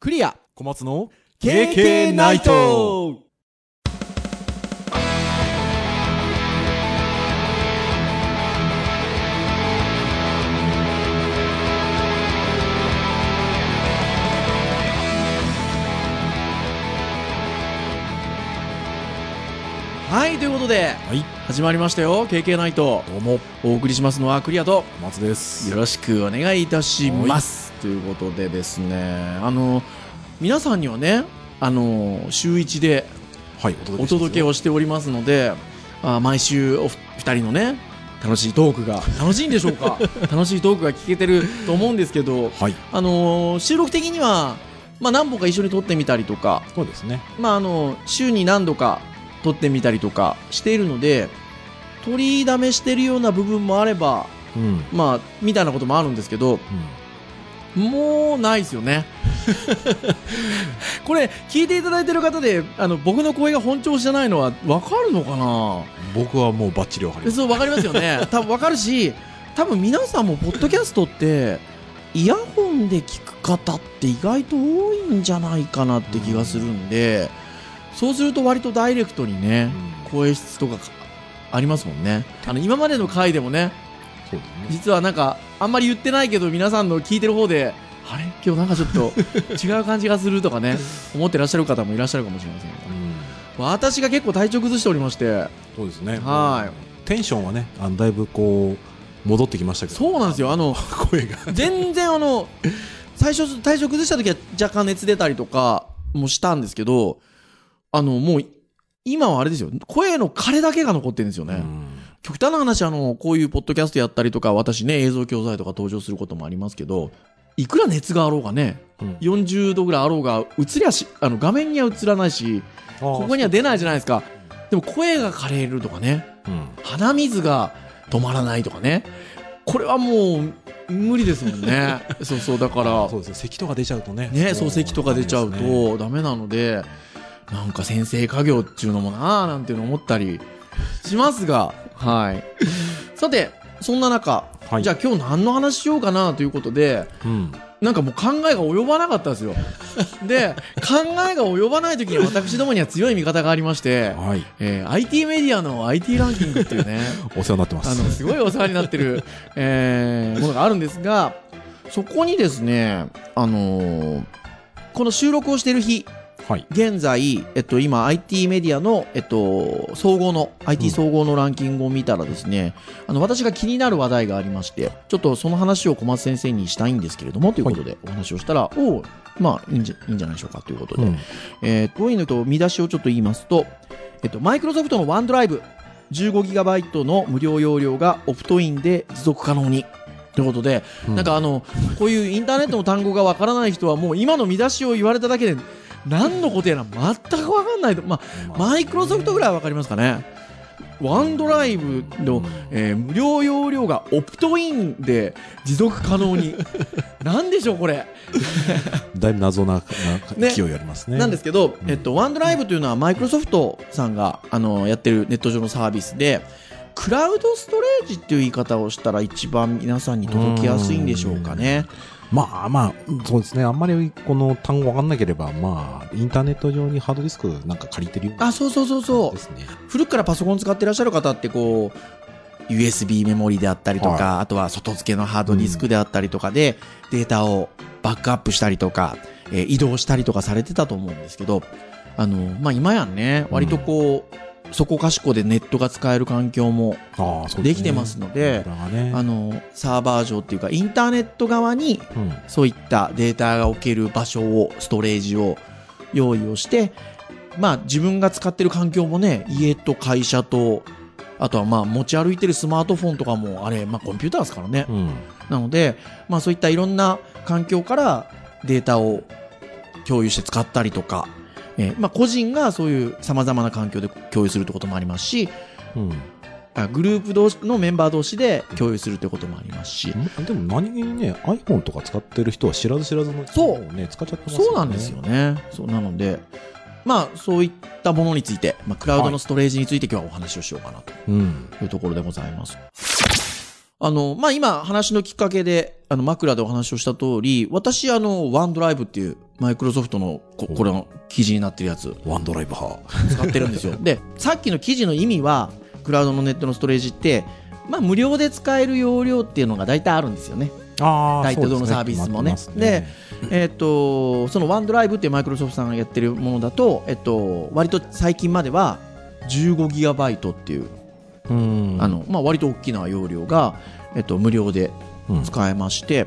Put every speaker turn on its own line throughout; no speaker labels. クリア
小松の
KK ナイトはいということで
はい
始まりましたよ KK ナイト
どうも
お送りしますのはクリアと
小松です
よろしくお願いいたします。ということでですね、あの、皆さんにはね、あの、週一で
はいお
お届け
を
をしておりますので、あ毎週お二人のね、楽しいトークが、楽しいんでしょうか楽しいトークが聞けてると思うんですけど、
はい
あの、収録的には、まあ何本か一緒に撮ってみたりとか、
そうですね
まああの、週に何度か撮ってみたりとかしているので、取りだめしてるような部分もあれば、
うん、うん、
まあ、みたいなこともあるんですけど、もうないですよ ね。これ、聞いていただいてる方で、あの、僕の声が本調子じゃないのは分かるのかな
僕はもうバッチリわかります
そう、分かりますよ ね。多分分かるし、多分皆さんも、ポッドキャストって、イヤホンで聞く方って意外と多いんじゃないかなって気がするんで、そうすると割とダイレクトに
う
ね、
ん
声質とかありますもんね。あの、今までの回でもね、
そうですね
実はなんかあんまり言ってないけど皆さんの聞いてる方であれ今日なんかちょっと違う感じがするとかね思ってらっしゃる方もいらっしゃるかもしれませんが
うん
私が結構体調崩しておりまして
そうですね
はい
テンションはねあのだいぶこう戻ってきましたけど
そうなんですよあの
声が
全然あの最初体調崩した時は若干熱出たりとかもしたんですけどあのもう今はあれですよ声の枯れだけが残ってるんですよね、
うん
極端な話あのこういうポッドキャストやったりとか私ね映像教材とか登場することもありますけどいくら熱があろうがね
うん
40度ぐらいあろうが映りゃしあの画面には映らないしここには出ないじゃないですかでも声が枯れるとかね
うん
鼻水が止まらないとかねこれはもう無理ですもんねそうそうだから
そうですね咳とか出ちゃうとね
ね漱石とか出ちゃう
そうですね
とダメなのでなんか先生家業っちゅうのもなあなんていうの思ったりしますがはいさてそんな中、
はい
じゃあ今日何の話しようかなということで
うん
なんかもう考えが及ばなかったんですよ。 で、考えが及ばない時に私どもには強い味方がありまして、
はい
えー IT メディアの IT ランキングっていうね、
お世話になってま
あ
す
の、すごいお世話になって る、えーものがあるんですが、そこにですね、あのーこの収録をしている日、
はい
現在、えっと、今 IT メディアの、えっと、総合の、
う
IT
ん
総合のランキングを見たらですね、あの、私が気になる話題がありまして、ちょっとその話を小松先生にしたいんですけれども、ということでお話をしたら、おうまあ、いいんじゃ、いいんじゃないでしょうか、ということで。
うん
えー、どういうのと見出しをちょっと言いますと、えっと、マイクロソフトのワンドライブ 15GB の無料容量がオプトインで持続可能に。ということで、
うん
なんかあの、こういうインターネットの単語がわからない人はもう今の見出しを言われただけで、何のことやら全くわかんないと。まあ、マイクロソフトぐらいはわかりますかね。ワンドライブの、えー無料容量がオプトインで持続可能 に。なんでしょう、これ。
だいぶ謎なな
ね
勢いありますね
なんですけど、
うん
えっと、ワンドライブというのはマイクロソフトさんがあのやってるネット上のサービスで、クラウドストレージっていう言い方をしたら一番皆さんに届きやすいんでしょうかね。
まあまあ、そうですね。あんまりこの単語わかんなければ、まあ、インターネット上にハードディスクなんか借りてるような
あ、そうそうそうそ
で
う。
すね。
古くからパソコン使ってらっしゃる方ってこう、USB メモリであったりとか、あとは外付けのハードディスクであったりとかで、データをバックアップしたりとか、えー移動したりとかされてたと思うんですけど、あの、まあ、今やね、割とこう、そこかしこでネットが使える環境も
ああ、そうですね。
できてますので
これがね、
あのサーバー上っていうかインターネット側に
うん、
そういったデータが置ける場所をストレージを用意をしてまあ自分が使ってる環境もね家と会社とあとはまあ持ち歩いてるスマートフォンとかもあれまあコンピューターですからね
うん、
なのでまあそういったいろんな環境からデータを共有して使ったりとか、えーまあ個人がそういう様々な環境で共有するってこともありますし
うん。
あグループ同士のメンバー同士で共有するってこともありますし
でも何気にね、iPhone とか使ってる人は知らず知らずの
そう
もね、使っちゃってます
そうなんですよ。ね。そうなので、まあそういったものについて、まあクラウドのストレージについて今日はお話をしようかなと
うん。
いうところでございます。あの、まあ、今、話のきっかけで、あの、枕でお話をした通り、私、あの、ワンドライブっていう、マイクロソフトの、ここれの記事になってるやつ、
ワンドライブ派。
使ってるんです よ。で、さっきの記事の意味は、クラウドのネットのストレージって、まあ、無料で使える容量っていうのが大体あるんですよね。
あ
大統領のサービスもね
そうですね
えっと、そのワンドライブっていうマイクロソフトさんがやってるものだと、えっと、割と最近までは、15GB っていう、
決まってますねうん。
あの、まあ、割と大きな容量が、えっと、無料で
うん、
使えまして、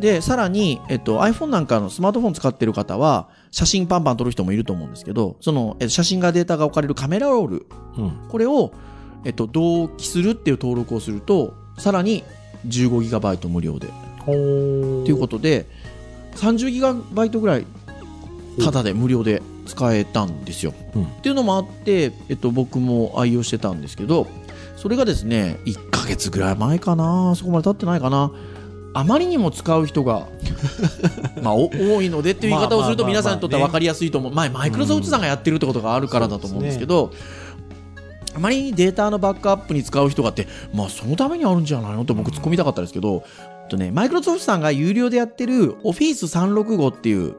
で、さらに、えっと、iPhone なんかのスマートフォン使ってる方は、写真パンパン撮る人もいると思うんですけど、その、えっと写真がデータが置かれるカメラロール、
うん
これを、えっと、同期するっていう登録をすると、さらに 15GB 無料で、ということで、30GB ぐらい、ただで無料で使えたんですよ。
うん
っていうのもあって、えっと、僕も愛用してたんですけど、それがですね、1ヶ月ぐらい前かな、そこまで経ってないかな、あまりにも使う人 が、まあ、お多いのでっていう言い方をすると、
まあまあまあまあね
皆さんにとっては分かりやすいと思う、前、マイクロソフトさんがやってるってことがあるからだと思うんですけど、あまりにデータのバックアップに使う人がって、まあ、そのためにあるんじゃないのって僕、突っ込みたかったですけど、えっとね、マイクロソフトさんが有料でやってる Office365 っていう
うん。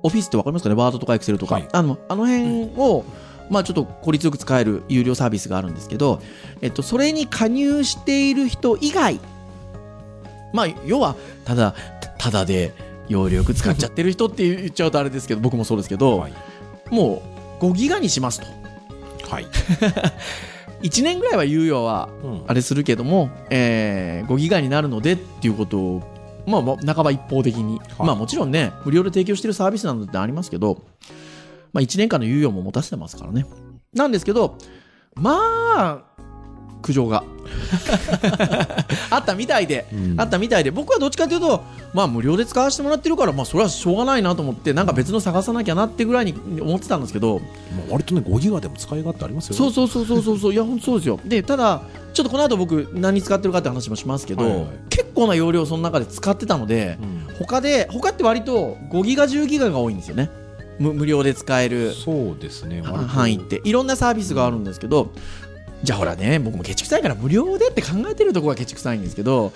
オフィスってわかりますかねワードとかエクセルとか、
はい
あのあの辺を、まあ、ちょっと効率よく使える有料サービスがあるんですけど、えっと、それに加入している人以外、まあ、要はただたただで容量よく使っちゃってる人って言っちゃうとあれですけど僕もそうですけど、
はい。
もう5ギガにしますと
はい。
1年ぐらいは猶予は
うん
あれするけども、えー5ギガになるのでっていうことを、まあまあ、半ば一方的に、
はい
まあもちろんね、無料で提供してるサービスなどってありますけど、まあ1年間の猶予も持たせてますからね。なんですけど、まあ、苦情が。 あったみたいで、
うん
あったみたいで、僕はどっちかというと、まあ無料で使わせてもらってるから、まあそれはしょうがないなと思って、なんか別の探さなきゃなってぐらいに思ってたんですけど、
まあ割とね、5ギガでも使い勝手ありますよね。
そうそうそうそうそう そういや本当そうですよでただちょっとこの後僕何使ってるかって話もしますけど、
はいはい
結構な容量その中で使ってたので、
うん
他で他って割と5ギガ10ギガが多いんですよね無無料で使える
そうですね。割と
範囲っ。ていろんなサービスがあるんですけど、じゃあほらね僕もケチくさいから無料でって考えてるとこはケチくさいんですけ ど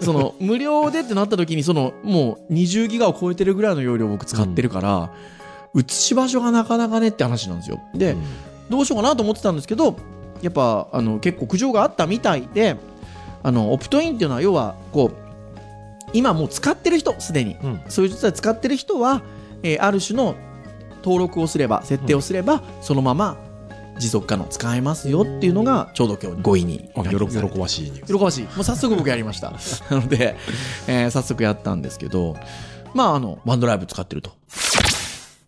その無料でってなった時にそのもう20ギガを超えてるぐらいの容量を僕使ってるから、移し場所がなかなかねって話なんですよで、
うん
どうしようかなと思ってたんですけどやっぱあの結構苦情があったみたいであのオプトインっていうのは要はこう今もう使ってる人すでに
うん。
そういう実は使ってる人は、えーある種の登録をすれば設定をすれば、そのまま持続可能使えますよっていうのがちょうど今日5位に
あ
ランキングされて
喜ばしいニュース。
喜ばしいもう早速僕やりました なので、えー早速やったんですけどまああのワンドライブ使ってると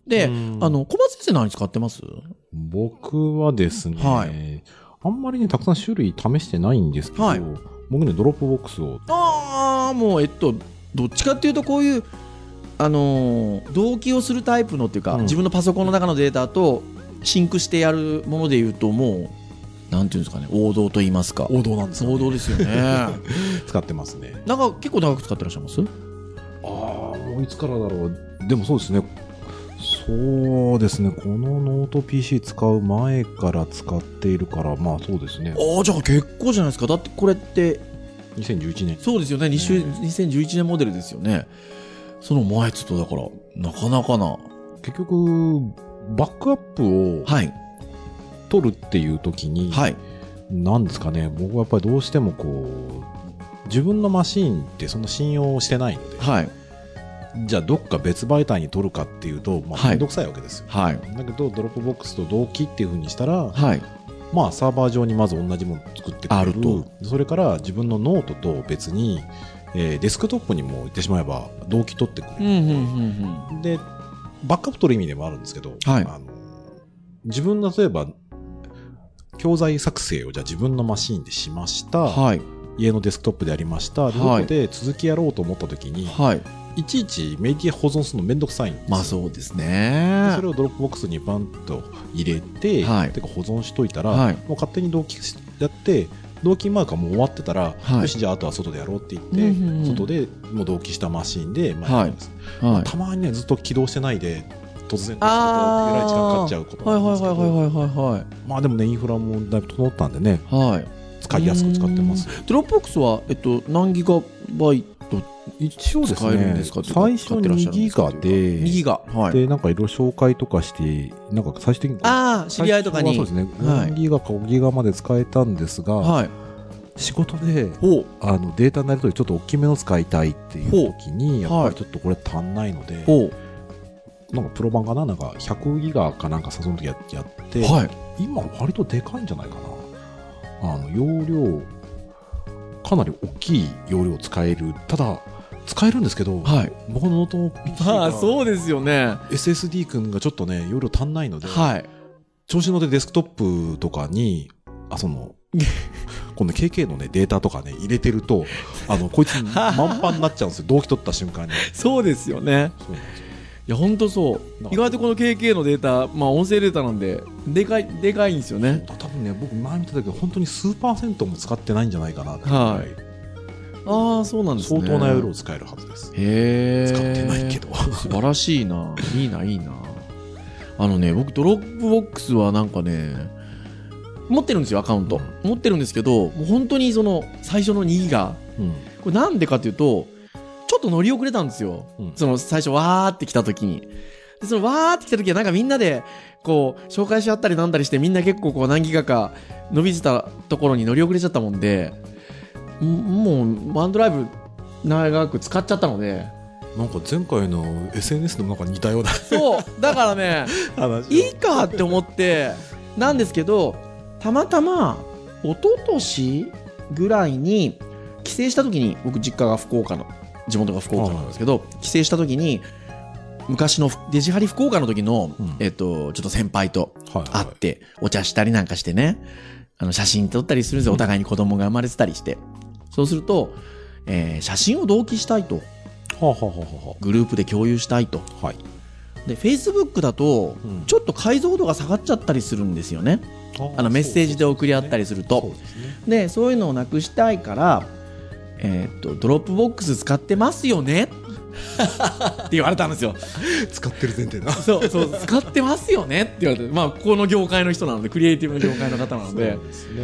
であ
うん
の小松先生何使ってます
僕はですね、
は
あんまりね、たくさん種類試してないんですけど、
はい
僕ね、ドロップボックスを、
ああもうえっとどっちかっていうとこういうあのー同期をするタイプのっていうか、
うん
自分のパソコンの中のデータとシンクしてやるもので言うともうなんていうんですかね王道と言いますか
王道なんで
王道ですよね
使ってますね。
なんか結構長く使ってらっしゃいます
ああ、もういつからだろう。でもそうですね、そうですね、このノート PC 使う前から使っているから、まあそうですね、
ああじゃあ結構じゃないですかだってこれって
2011年。
そうですよね、2週
ええ
2011年モデルですよねその前っつうとだからなかなかな
結局、バックアップを
はい
取るっていう時に、
はい
なんですかね、僕はやっぱりどうしてもこう、自分のマシーンってそんな信用してないので、
はい
じゃあどっか別媒体に取るかっていうと、まあ、
はい
めんどくさいわけですよ。
はい
だけど、ドロップボックスと同期っていうふうにしたら、
はい
まあ、サーバー上にまず同じものを作ってくれ
あ
る
ると
それから自分のノートと別に、えーデスクトップにも行ってしまえば同期取ってくれ
う
る
んうんうんうん
で、バックアップ取る意味でもあるんですけど、
はい
あの自分の例えば、教材作成をじゃあ自分のマシーンでしました、
はい
家のデスクトップでやりました、
はい
ノートで続きやろうと思った時に、
はい
い、ちいちメディア保存するのめんどくさいんですよ
まあそうです
で
ね
それをドロップボックスにバンと入れて、
はい
てか保存しといたら、
はい
もう勝手に同期しやって同期マークがもう終わってたら、
はい
よしじゃああとは外でやろうって言って、
うんうんうん
外でもう同期したマシンで、まあ
はい
やります
はい
たまにねずっと起動してないで突然
あー
えらい時間かかっちゃうこと
はい
なん
はい
ですけ
はい
ど
はいはいはいはい
まあでもねインフラもだいぶ整ったんでね
はい
使いやすく使ってます。
ドロップボックスは、えっと、何ギガバイト
一応です
使えるん
ね、
ですか
最初2ギガで、
2ギガ。はい。
で、なんかいろいろ紹介とかして、なんか最終的に、
ああ、知り合いとかに。
最初はそうですね、
はい
4ギガか5ギガまで使えたんですが、
はい。
仕事で、
ほう。
あのデータになるとりちょっと大きめの使いたいっていう時に、や
ほう
っぱりちょっとこれ足んないので、
ほう。
なんかプロ版かな、なんか100ギガかなんかさその時ややって、
はい。
今割とでかいんじゃないかな。あの、容量、かなり大きい容量使える。ただ、使えるんですけど、
はい。
僕のノート PC
ま
が
あ、そうですよね。
SSD 君がちょっとね、容量足んないので、
はい。
調子乗ってデスクトップとかに、あ、その、この KK のね、データとかね、入れてると、あの、こいつ満パンになっちゃうんですよ。動機取った瞬間に。
そうですよね。
そうなんですよ
いや、ほんとそう
なん。か
意外とこの KK のデータ、まあ、音声データなんで、でかい、でかいんですよね。
多分ね、僕前見てたけど、本当に数パーセントも使ってないんじゃないかなっていうぐら
はいああ、そうなんですね。
相当な容量を使えるはずです。
へえ。
使ってないけ
ど。
ど。
素晴らしいな。いいな、いいな。あのね、僕、ドロップボックスはなんかね、持ってるんですよ、アカウント。持ってるんですけど、もう本当にその、最初の2ギガ。
うん
これなんでかっていうと、ちょっと乗り遅れたんですよ。
うん
その最初わーって来た時に。で、そのわーって来た時はなんかみんなで、こう、紹介し合ったりなんだりしてみんな結構こう何ギガか伸びてたところに乗り遅れちゃったもんで、んもうワンドライブ長く使っちゃったので、
なんか前回の SNS でもなんか似たような
そう、だからね、
話
いいかって思って、なんですけど、たまたま、一昨年ぐらいに、帰省した時に、僕実家が福岡の、地元が福岡なんですけど、帰省した時に、昔のデジハリ福岡の時の、
うん
えっと、ちょっと先輩と
はい
会
は
って、お茶したりなんかしてね、あの、写真撮ったりするんですよ。お互いに子供が生まれてたりして。そうすると、えー写真を同期したいと、
い。はあ、はあはあは
グループで共有したいと。
あ、はい。
で、Facebook だと、
うん
ちょっと解像度が下がっちゃったりするんですよね。あのメッセージで送り合ったりすると。
そうですね。
でそういうのをなくしたいから、えーっとドロップボックス使ってますよねって言われたんですよ。
使ってる前提 な。
そうそう使ってますよねって言われて、まあ、ここの業界の人なのでクリエイティブの業界の方なので
そうですね。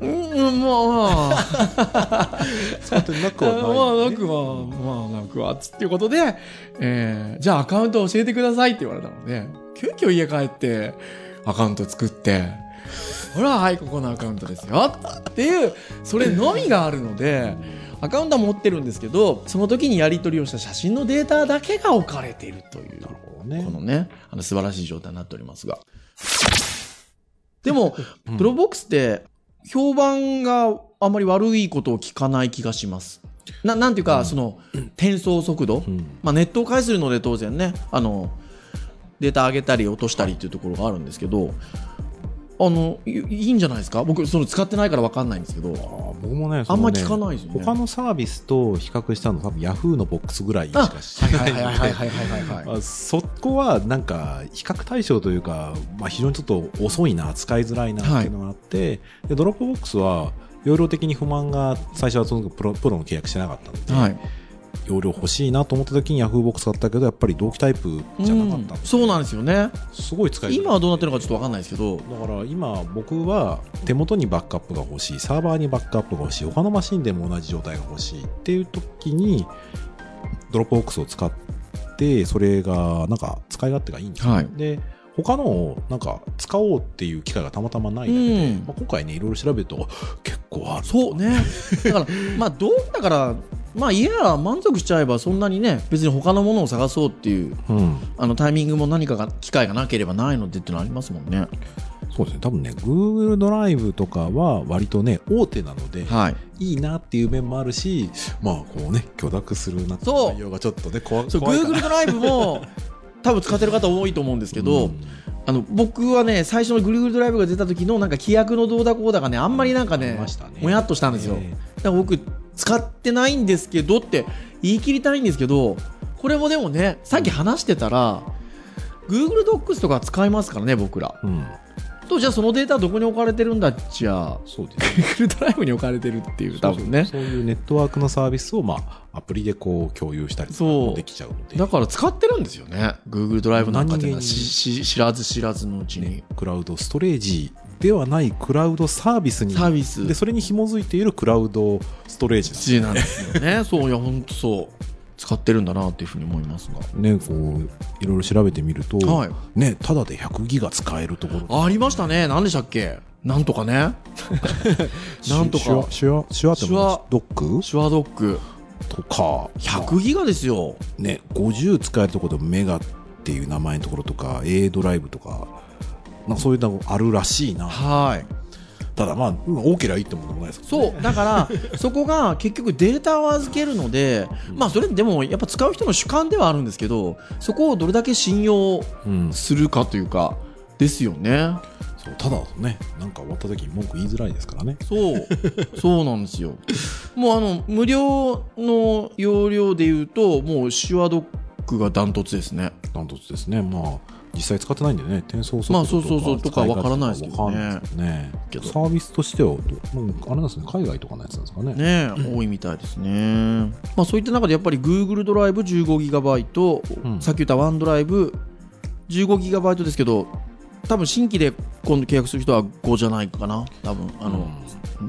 うんうんまあ
使ってなく
まあ
は
まあ
ない、
な
ね。
くはまあなくはつっていうことで、えーじゃあアカウント教えてくださいって言われたので急遽家帰ってアカウント作ってほらはいここのアカウントですよっていうそれのみがあるのでアカウントは持ってるんですけどその時にやり取りをした写真のデータだけが置かれているという
なるほど
こ
ね。
のねあの素晴らしい状態になっておりますがでも
うん
ドロボックスって評判があまり悪いことを聞かない気がします。ななんていうか、その転送速度、
うん
まあ、ネットを介するので当然ねあのデータ上げたり落としたりっていうところがあるんですけどあのいいいんじゃないですか僕その使ってないから分かんないんですけど
あー僕もね、
あんま
そ
聞か
のね
ないですよね。
他のサービスと比較したの多分ヤフーのボックスぐらいしかし
あ
な
はいい
の
は
で
いはいはいはいはいはい
あそこはなんか比較対象というか、まあ、非常にちょっと遅いな使いづらいなっていうのがあって、でドロップボックスは容量的に不満が最初はそのプロプロの契約してなかったので、
はい
容量欲しいなと思った時にヤフーボックス買ったけどやっぱり同期タイプじゃなかったの
うんそうなんですよね
すごい使いづ
今
らい
はどうなってるのかちょっと分かんないですけど
だから今僕は手元にバックアップが欲しいサーバーにバックアップが欲しい他のマシンでも同じ状態が欲しいっていう時にドロップボックスを使ってそれがなんか使い勝手がいいんですよ
はい
で他のをなんか使おうっていう機会がたまたまないだけで、
うん
まあ、今回ねいろいろ調べると結構ある
そうね。だ から、まあ、どうだから、まあ、家なら満足しちゃえば、そんなにね、別に他のものを探そうっていう、
うん、
あの、タイミングも何かが、機会がなければないのでっていうのはありますもんね。
そうですね多分ね Google ドライブとかは割とね大手なので
はい。
いいなっていう面もあるしまあこうね許諾するな
そう
内容がちょっとね怖
そう、
怖いかな
Google ドライブ も、多分使ってる方多いと思うんですけど、
うん
あの、僕はね、最初の Google ドライブが出た時の、なんか規約のどうだこうだがね、あんまりなんか
あり
ね
ましたね、
もやっとしたんですよ。
え
だから僕使ってないんですけどって言い切りたいんですけどこれもでもねさっき話してたら、Google ドックスとか使いますからね僕ら
えうん
とじゃあそのデータどこに置かれてるんだじゃあ
そうですね
Google ドライブに置かれてるっていう多分ね
そうそうそういうネットワークのサービスを、まあ、アプリでこう共有したりとか
そ
も
う
できちゃうので
だから使ってるんですよね Google ドライブなんかっていうのは
何気に
しし知らず知らずのうちに
クラウドストレージではないクラウドサービスに
サービス
でそれに紐づいているクラウドストレージなんです
しなんですよね そういや本当そう使ってるんだなっていうふうに思います
ねこういろいろ調べてみると、
はい
ねただで100ギガ使えるところ
がありましたね何でしたっけなんとか ねなんと
シュ
か
ワシュワシュワって
シュワ
ドック
シュワドック
とか
100ギガですよ
ね50使えるところでメガっていう名前のところとか A ドライブとかなんかそういうのがあるらしいな
はい
ただまあうん多ければいいってもんでもないですけど
そうだから そこが結局データを預けるので、まあそれでもやっぱ使う人の主観ではあるんですけどそこをどれだけ信用
うん
するかというかですよね
そうただねなんか終わった時に文句言いづらいですからね
そう そうなんですよもうあの無料の容量でいうともうシュワドックがダントツですね
なんとですねまあ実際使ってないんでね転送速
ま
度
あ
とか
そうそうそうとかわからないですけどね
わかんないですけどね
けど
サービスとしては、うんあれなんですね海外とかのやつなんですかね
ね多いみたいですね、まあ、そういった中でやっぱり Google ドライブ 15GB、
うん
さっき言ったワンドライブ 15GB ですけど多分新規で今度契約する人は5じゃないかな多分あの、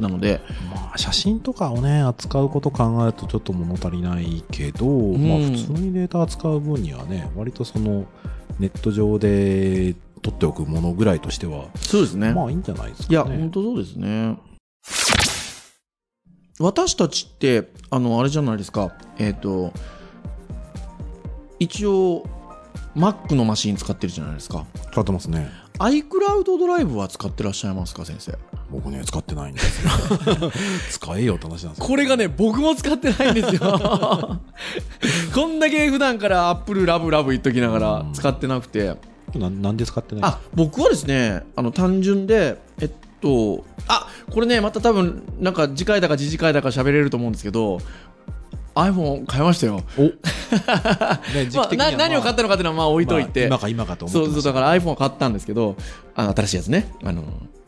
なので
まあ、写真とかをね扱うこと考えるとちょっと物足りないけど、
ん
まあ、普通にデータ扱う分にはね割とそのネット上で取っておくものぐらいとしては
そうですね、
まあいいんじゃないです
いや、
か
本
ね。
当そうですね。私たちって、あの、あれじゃないですか、えっ、と、一応、Mac のマシン使ってるじゃないですか。
使ってますね。
iCloud ドライブは使ってらっしゃいますか、先生。
僕ね使ってない んですよ。使えよって話なんですよ。
これがね、僕も使ってないんですよ。 こんだけ普段から Apple ラブラブ言っときながら使ってなくて。
ななんで使ってない
あ僕はですねあの単純でえっとあこれねまた多分なんか次回だか次々回だか喋れると思うんですけど iPhone 買いましたよ、
おね時
まあな何を買ったのかっていうのはまあ置いといて、
まあ今か今かと思って
そ
ま
う
す
そうだから iPhone を買ったんですけどあの新しいやつねあの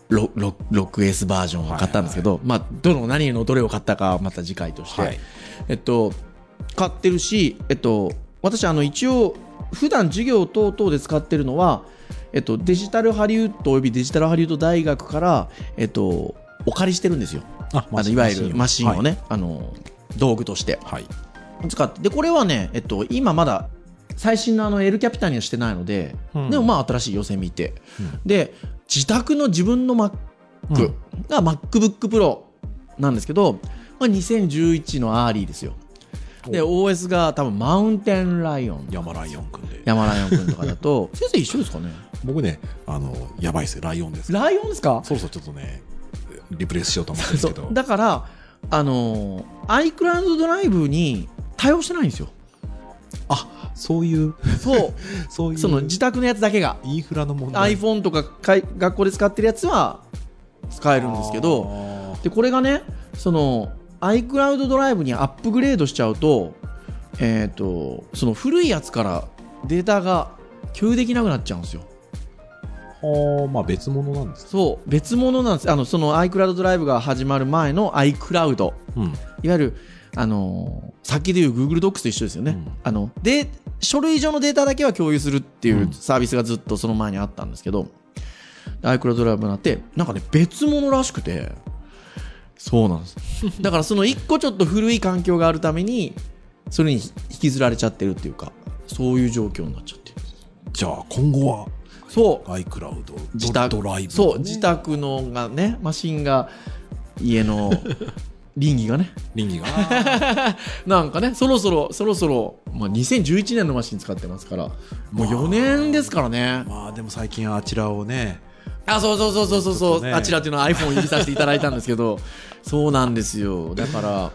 ロロ 6S バージョンを買ったんですけど、まあどの何のどれを買ったかはまた次回として、
はい
えっと買ってるしえっと私あの一応普段授業等々で使ってるのはえっとデジタルハリウッドおよびデジタルハリウッド大学からえっとお借りしてるんですよ
あ
あのいわゆるマシンを
ね。
ね、あの道具として
はい。はい
使ってでこれはね、えっと、今まだ最新のあのエルキャピタにはしてないので、
うん
でもまあ新しい予選見て、
うん
で自宅の自分の Mac
うん
が MacBookPro なんですけど、まあ、2011のアーリーですよで OS が多分マウンテンライオン
山ライオンくんで。
山ライオン君とかだ と先生一緒ですかね
僕ねあのやばいですよライオンです。
ライオンですか
そろそろちょっとねリプレイスしようと思ってるんです
そ
けど
う。だからあのー iCloud ドライブに対応してないんですよ
あそういう
そう
そうい う
その自宅のやつだけが
インフラの問題
iPhone とかかい学校で使ってるやつは使えるんですけど
あ
でこれがねその iCloud ドライブにアップグレードしちゃうと,、えー、とその古いやつからデータが共有できなくなっちゃうんですよ。
ーあーまあ別物なんです
そう別物なんですあのその iCloud ドライブが始まる前の iCloud
うん
いわゆる、あのーさっきで言う Google Docs と一緒ですよね、
うん
あので書類上のデータだけは共有するっていううんサービスがずっとその前にあったんですけど、で iCloud ドライブになってなんかね別物らしくてそうなんですだからその一個ちょっと古い環境があるためにそれに引きずられちゃってるっていうかそういう状況になっちゃってる
じゃあ今後は
そう
iCloud ド
自宅
ドライブ、ね、
そう自宅のがねマシンが家 の倫理がね
倫 理があ
なんかね、そろそろ、そろそろ、まあ、2011年のマシン使ってますから、もう4年ですからね
ー。まあでも最近あちらをね
あ、そうそうそうそうそう
ちょ
そ
っ
う、
とね
あちらっていうのは iPhone を指させていただいたんですけ ど、そうなんですよ。だから、ま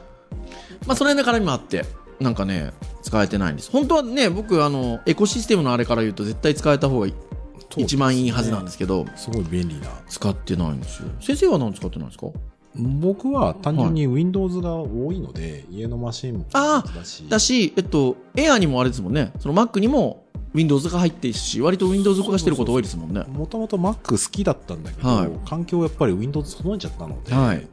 あ、その辺の絡みもあって、なんかね、使えてないんです。本当はね、僕、あの、エコシステムのあれから言うと、絶対使えた方がい一番いいはずなんですけど、
すごい便利な
使ってないんですよ。先生は何使ってないんですか
僕は単純に Windows が多いので、家のマシンも
あ
だし
だし、えっと、Air にもあれですもんね、その Mac にも Windows が入ってるし、割と Windows 化してること多いですもんね。
もともと Mac 好きだったんだけど、
はい
環境をやっぱり Windows 整えちゃったので、
はい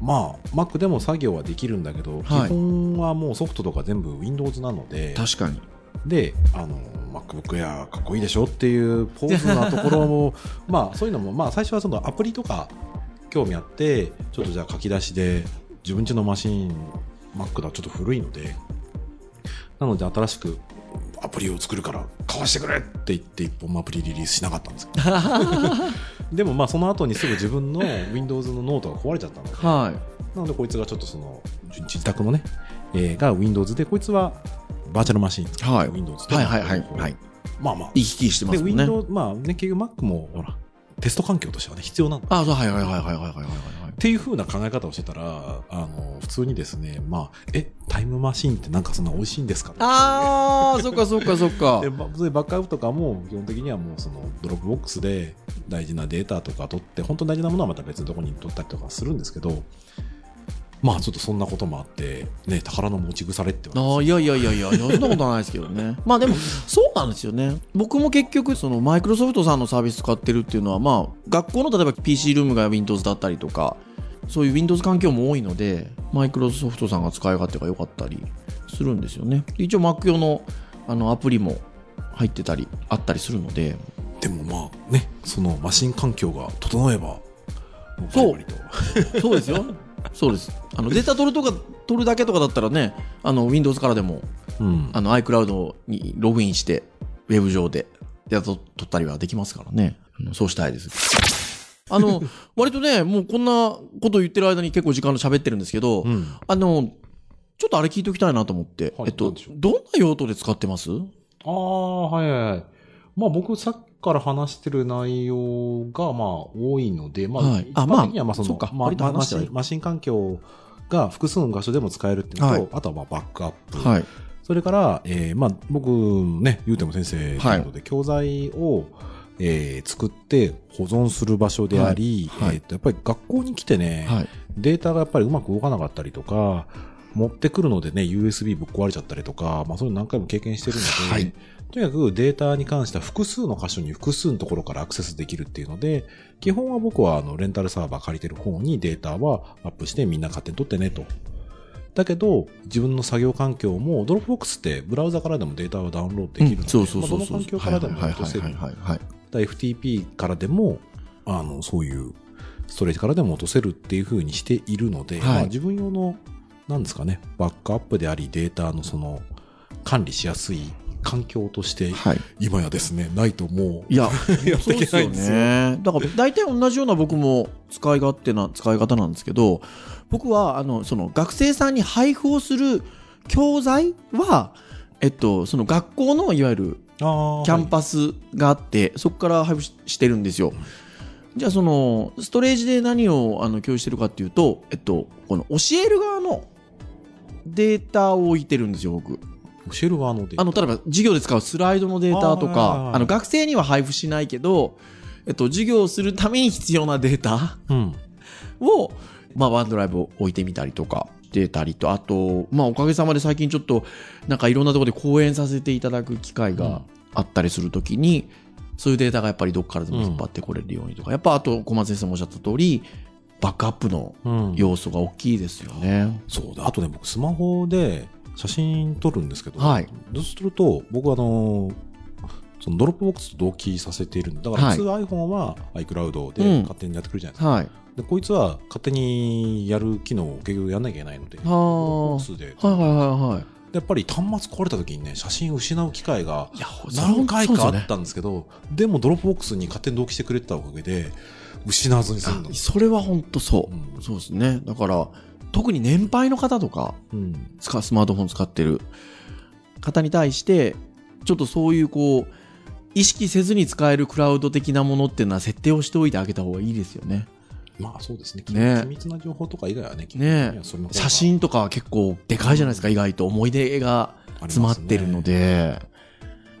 まあ Mac でも作業はできるんだけど、
はい
基本はもうソフトとか全部 Windows なので
確かに
で、あの、MacBook Air かっこいいでしょっていうポーズなとこ ろも、まあそういうのも、まあ最初はそのアプリとか興味あって、ちょっとじゃあ書き出しで、自分家のマシン、Mac だとちょっと古いので、なので新しくアプリを作るから買わしてくれって言って一本もアプリリリースしなかったんですけど。でもまあその後にすぐ自分の Windows のノートが壊れちゃったので、
は
なのでこいつがちょっとその自自宅のね、えーが Windows でこいつはバーチャルマシン、
い。はい。
Windows と
はいはいはい。はい。
まあまあ
行き来してま
です
もんね。
Windows まあね結局 Mac もほらテスト環境としてはね必要なのっ
あ、そう、はいはいはいはいはいはいはいはい。
ていう風な考え方をしてたらあの普通にですねまあえタイムマシンってなんかそんな美味しいんですか
ああ、そっかそっかそっか
で。バそういうバックアップとかも基本的にはもうそのドロップボックスで大事なデータとか取って本当に大事なものはまた別のところに取ったりとかするんですけどまあちょっとそんなこともあってね宝の持ち腐れってわ
あーいやいやいやいや、そんなことはないですけど ね。まあでも、そうなんですよね。僕も結局、そのマイクロソフトさんのサービス使ってるっていうのは、まあ、学校の例えば PC ルームが Windows だったりとか、そういう Windows 環境も多いので、マイクロソフトさんが使い勝手が良かったりするんですよね。一応 Mac 用のあのアプリも入ってたり、あったりするので、
でもまあねそのマシン環境が整えばもうバリバリ と
そうですよ。そうです。あの、データ取るとか、取るだけとかだったらね、あの、Windows からでも
うん
あの iCloud にログインして、ウェブ上で、やっと取ったりはできますからね。うんそうしたいです。あの、割とね、もうこんなこと言ってる間に結構時間喋ってるんですけど、
うん
あの、ちょっとあれ聞いておきたいなと思って、
はい
えっと
何でしょ、う
どんな用途で使ってます
ああ、はいはいはい。まあ僕、さっきから話してる内容が、まあ多いので、まあ、
はい
一
あまあ
般的には、まあそ
そう
の、
か
まあ
割と
マ
話して
シ
はい
ン
る
マシン環境が複数の箇所でも使えるっていうのと、
はい
あとはまあバックアップ。
はい。
それから、えーまあ僕、ね、ゆうても先生ということで、教材を、えー作って保存する場所であり、
はいはい
えーとやっぱり学校に来てね、
はい。
データがやっぱりうまく動かなかったりとか、持ってくるのでね、USB ぶっ壊れちゃったりとか、まあそういうの何回も経験してるので、
はい
とにかくデータに関しては複数の箇所に複数のところからアクセスできるっていうので、基本は僕はあのレンタルサーバー借りてる方にデータはアップしてみんな勝手に取ってねと。だけど、自分の作業環境も、ドロップボックスってブラウザからでもデータをダウンロードできるので、
うんそうそう
まあ
そう
ど
そう。
の環境からでも
はい
落と
はい
せる
はいはいはい。
だ FTP からでも、あの、そういうストレージからでも落とせるっていう風にしているので、
はい
まあ自分用の、なんですかね、バックアップであり、データのその、管理しやすい環境として、
はい。
今やですね、ないともう、
いや、
やって
そう
いけ
です
ない
よ
んですよ。
ね。だから大体同じような僕も使い勝手な使い方なんですけど、僕はあのその学生さんに配布をする教材は、えっと、その学校のいわゆる
あー
キャンパスがあって、そこから配布ししてるんですよ。じゃあそのストレージで何をあの共有してるかっていうと、えっと、この教える側のデータを置いてるんですよ、僕。
はい教える側のデータ
あの、例えば授業で使うスライドのデータと
あーはいはい
か
は、い
あの、学生には配布しないけど、えっと、授業をするために必要なデータ
うん。
を、まあ、ワンドライブを置いてみたりとか、してたりと、あと、まあ、おかげさまで最近ちょっと、なんかいろんなところで講演させていただく機会があったりするときに、そういうデータがやっぱりどっからでも引っ張ってこれるようにとか、やっぱあと、小松先生もおっしゃった通り、バックアップの
うん。
要素が大きいですよね。
そうだ。あとね、僕、スマホで写真撮るんですけど、
はい
そうすると、僕はあのーそのドロップボックスと同期させているんでだから
はい
普通 iPhone は iCloud
うん
で勝手にやってくるじゃないですか。
はい。
でこいつは勝手にやる機能を結局やんなきゃいけないので、ド
あー
ロップボックスで。
はいはいはいはい。
でやっぱり端末壊れた時にね、写真失う機会が
いや、
何回かあ
そうですよね
ったんですけど、でもドロップボックスに勝手に同期してくれてたおかげで、失わずに済んだんです。
それは本当そう、
うん
そうですねだから特に年配の方とか
うん。
使うスマートフォン使ってる方に対してちょっとそういうこう意識せずに使えるクラウド的なものっていうのは設定をしておいてあげた方がいいですよね
まあそうですね。
ね
機密な情報とか以外はね、基本的に
ね
はそれの方が
写真とかは結構でかいじゃないですか、意外と思い出が
ありす
詰
ね
まってるので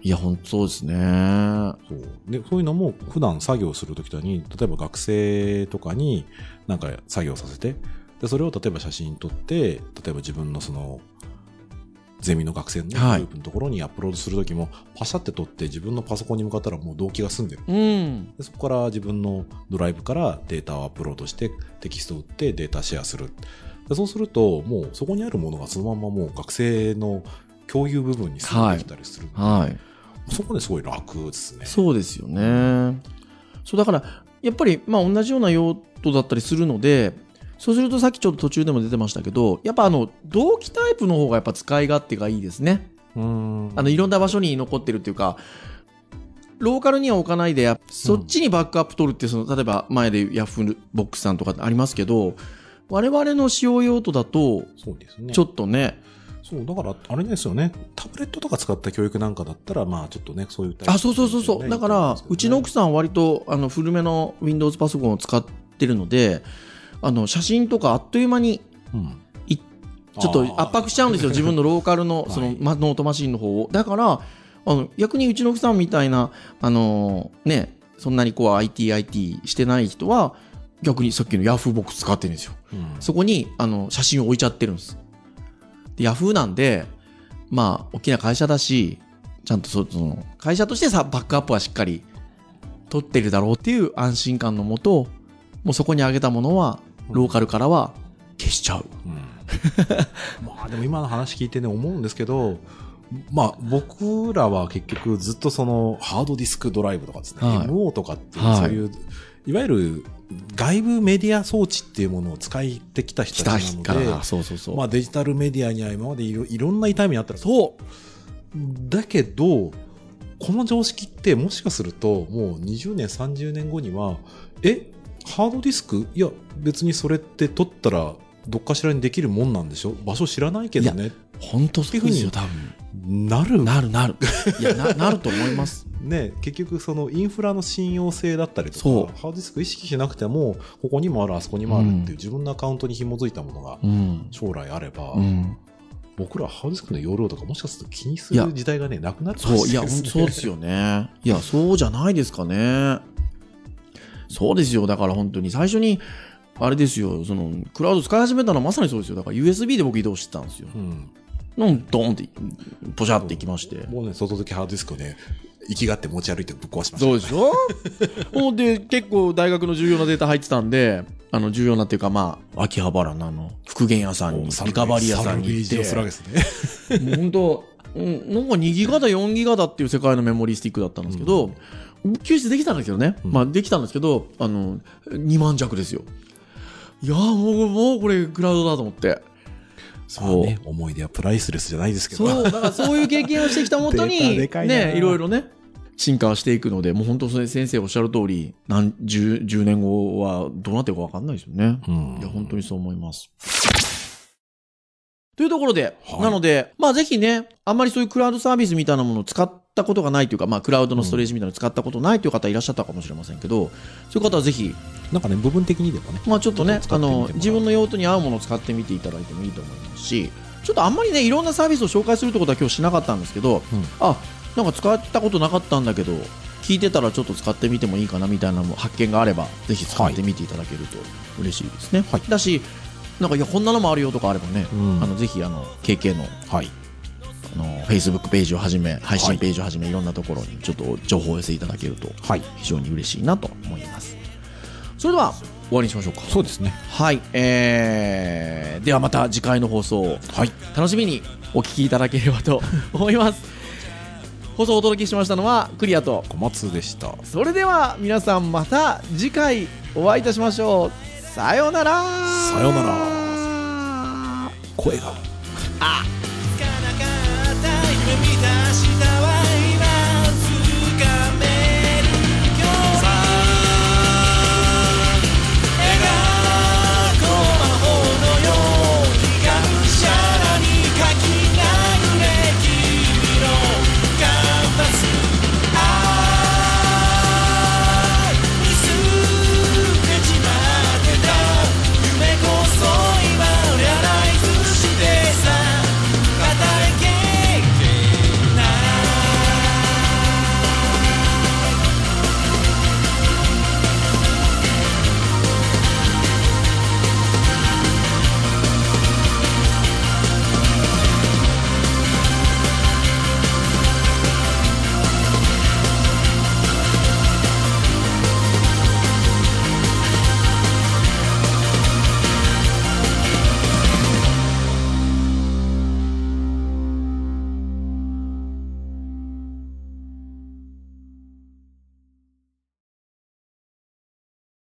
いや本当そうですねは
そうでそういうのも普段作業するときとかに例えば学生とかになんか作業させてでそれを例えば写真撮って例えば自分のそのゼミの学生のね
はい
グループのところにアップロードするときも、パシャって撮って自分のパソコンに向かったらもう動機が済んでる
うん
でそこから自分のドライブからデータをアップロードしてテキストを打ってデータシェアするでそうするともうそこにあるものがそのままもう学生の共有部分にすぐできたりする、
はい。
そこですごい楽ですね。
そうですよね。そうだからやっぱりまあ同じような用途だったりするのでそうするとさっきちょっと途中でも出てましたけどやっぱあの同期タイプの方がやっぱ使い勝手がいいですね。
うん
あのいろんな場所に残ってるっていうかローカルには置かないでやそっちにバックアップ取るってその例えば前で Yahoo ボックスさんとかありますけど我々の使用用途だと
そうですね。
ちょっとね
そう、だから、あれですよね。タブレットとか使った教育なんかだったら、まあ、ちょっとね、そういうタイプ
あそうそうそうそう、だからうちの奥
さ
さんは割とあの古めの Windows パソコンを使ってるのであの写真とかあっという間に
ん、うん
いちちょっと圧迫しちゃうんですよ自分のローカルの
はい
その、まノートマシンの方をだからあの逆にうちの奥さんみたいなあのねそんなにこう ITIT してない人は逆にさっきの Yahoo ボックス使ってるんですよ
うん
そこにあの写真を置いちゃってるんです。で、Yahoo なんで、まあ、大きな会社だし、ちゃんとそその会社としてさ、バックアップはしっかり取ってるだろうっていう安心感のもと、もうそこに上げたものは、ローカルからは消しちゃう。
うんまあでも今の話聞いてね思うんですけどまあ僕らは結局ずっとそのハードディスクドライブとかですね、
はい
MO とかっていう
はい
そういう、い、わゆる外部メディア装置っていうものを使ってきた人
来
た
た
ち
日
な
か
ので
ら。そうそうそう。
まあ、デジタルメディアには今までいろいろんな痛みあったらそうだけどこの常識ってもしかするともう20年30年後にはえハードディスクいや別にそれって取ったらどっかしらにできるもんなんでしょ場所知らないけどね
本当そうですよ、多分。
なる
なるなる。いや、ななると思います。
ね結局そのインフラの信用性だったりと
そう
かハードディスク意識しなくてもここにもあるあそこにもあるっていう、
うん
自分のアカウントに紐づいたものが
うん。
将来あれば、
うん。
僕らハードディスクの容量とかもしかすると気にす
いや
る時代がね、なくなるか
そ
も
う、い
しれ
や、
な
ほん
いですね
そうですよね。いや、そうじゃないですかね。そうですよ。だから本当に最初に、あれですよ、その、クラウド使い始めたのはまさにそうですよ。だから USB で僕移動してたんですよ。
うん。
うん、ドーンって、ポシャっていきまして。
もうね、外付きハードディスクをね、生きがって持ち歩いてぶっ壊しました。
そうでしょ ほんで、結構大学の重要なデータ入ってたんで、あの、重要なっていうか、まあ、秋葉原のあの、復元屋さんに、リカバリー屋さんに行っ
サルベージをするわけ
て、
ですね。
もう本当、うんなんか2ギガだ4ギガだっていう世界のメモリースティックだったんですけど、救出できたんですけどね、
うん
まあできたんですけどあの2万弱ですよいやーもうもうこれクラウドだと思って
そうね、思い出はプライスレスじゃないですけど。
そうだからそういう経験をしてきたもと
デー
に
タでかいな
ねいろいろね進化はしていくのでもう本当それ先生おっしゃる通り何十十年後はどうなってるか分かんないですよね、
うん
いや、本当にそう思います。というところで、
はい
なので、まあぜひね、あんまりそういうクラウドサービスみたいなものを使ったことがないというか、まあクラウドのストレージみたいなのを使ったことないという方いらっしゃったかもしれませんけど、そういう方はぜひ、
なんかね、部分的にでもね。
まあちょっとね、
使
あ
ってみても
の
らう、
自分の用途に合うものを使ってみていただいてもいいと思いますし、ちょっとあんまりね、いろんなサービスを紹介するってことは今日しなかったんですけど、
うん
あ、なんか使ったことなかったんだけど、聞いてたらちょっと使ってみてもいいかなみたいなのも発見があれば、ぜひ使ってみていただけると嬉しいですね。
はい
だし、なんかいや、こんなのもあるよとかあればね、
うん
あのぜひあの、KK の
はい。
あの Facebook ページをはじめ、配信ページをはじめ、いろんなところにちょっと情報をお寄せいただけると
はい。
非常に嬉しいなと思います。それでは、終わりにしましょうか。
そうですね。
はい、えー、ではまた次回の放送を
はい。
楽しみにお聞きいただければと思い ます放送をお届けしましたのはクリアと
小松でした。
それでは皆さんまた次回お会いいたしましょうさようなら
さような
ら
声が。
つかなかった夢見た明日は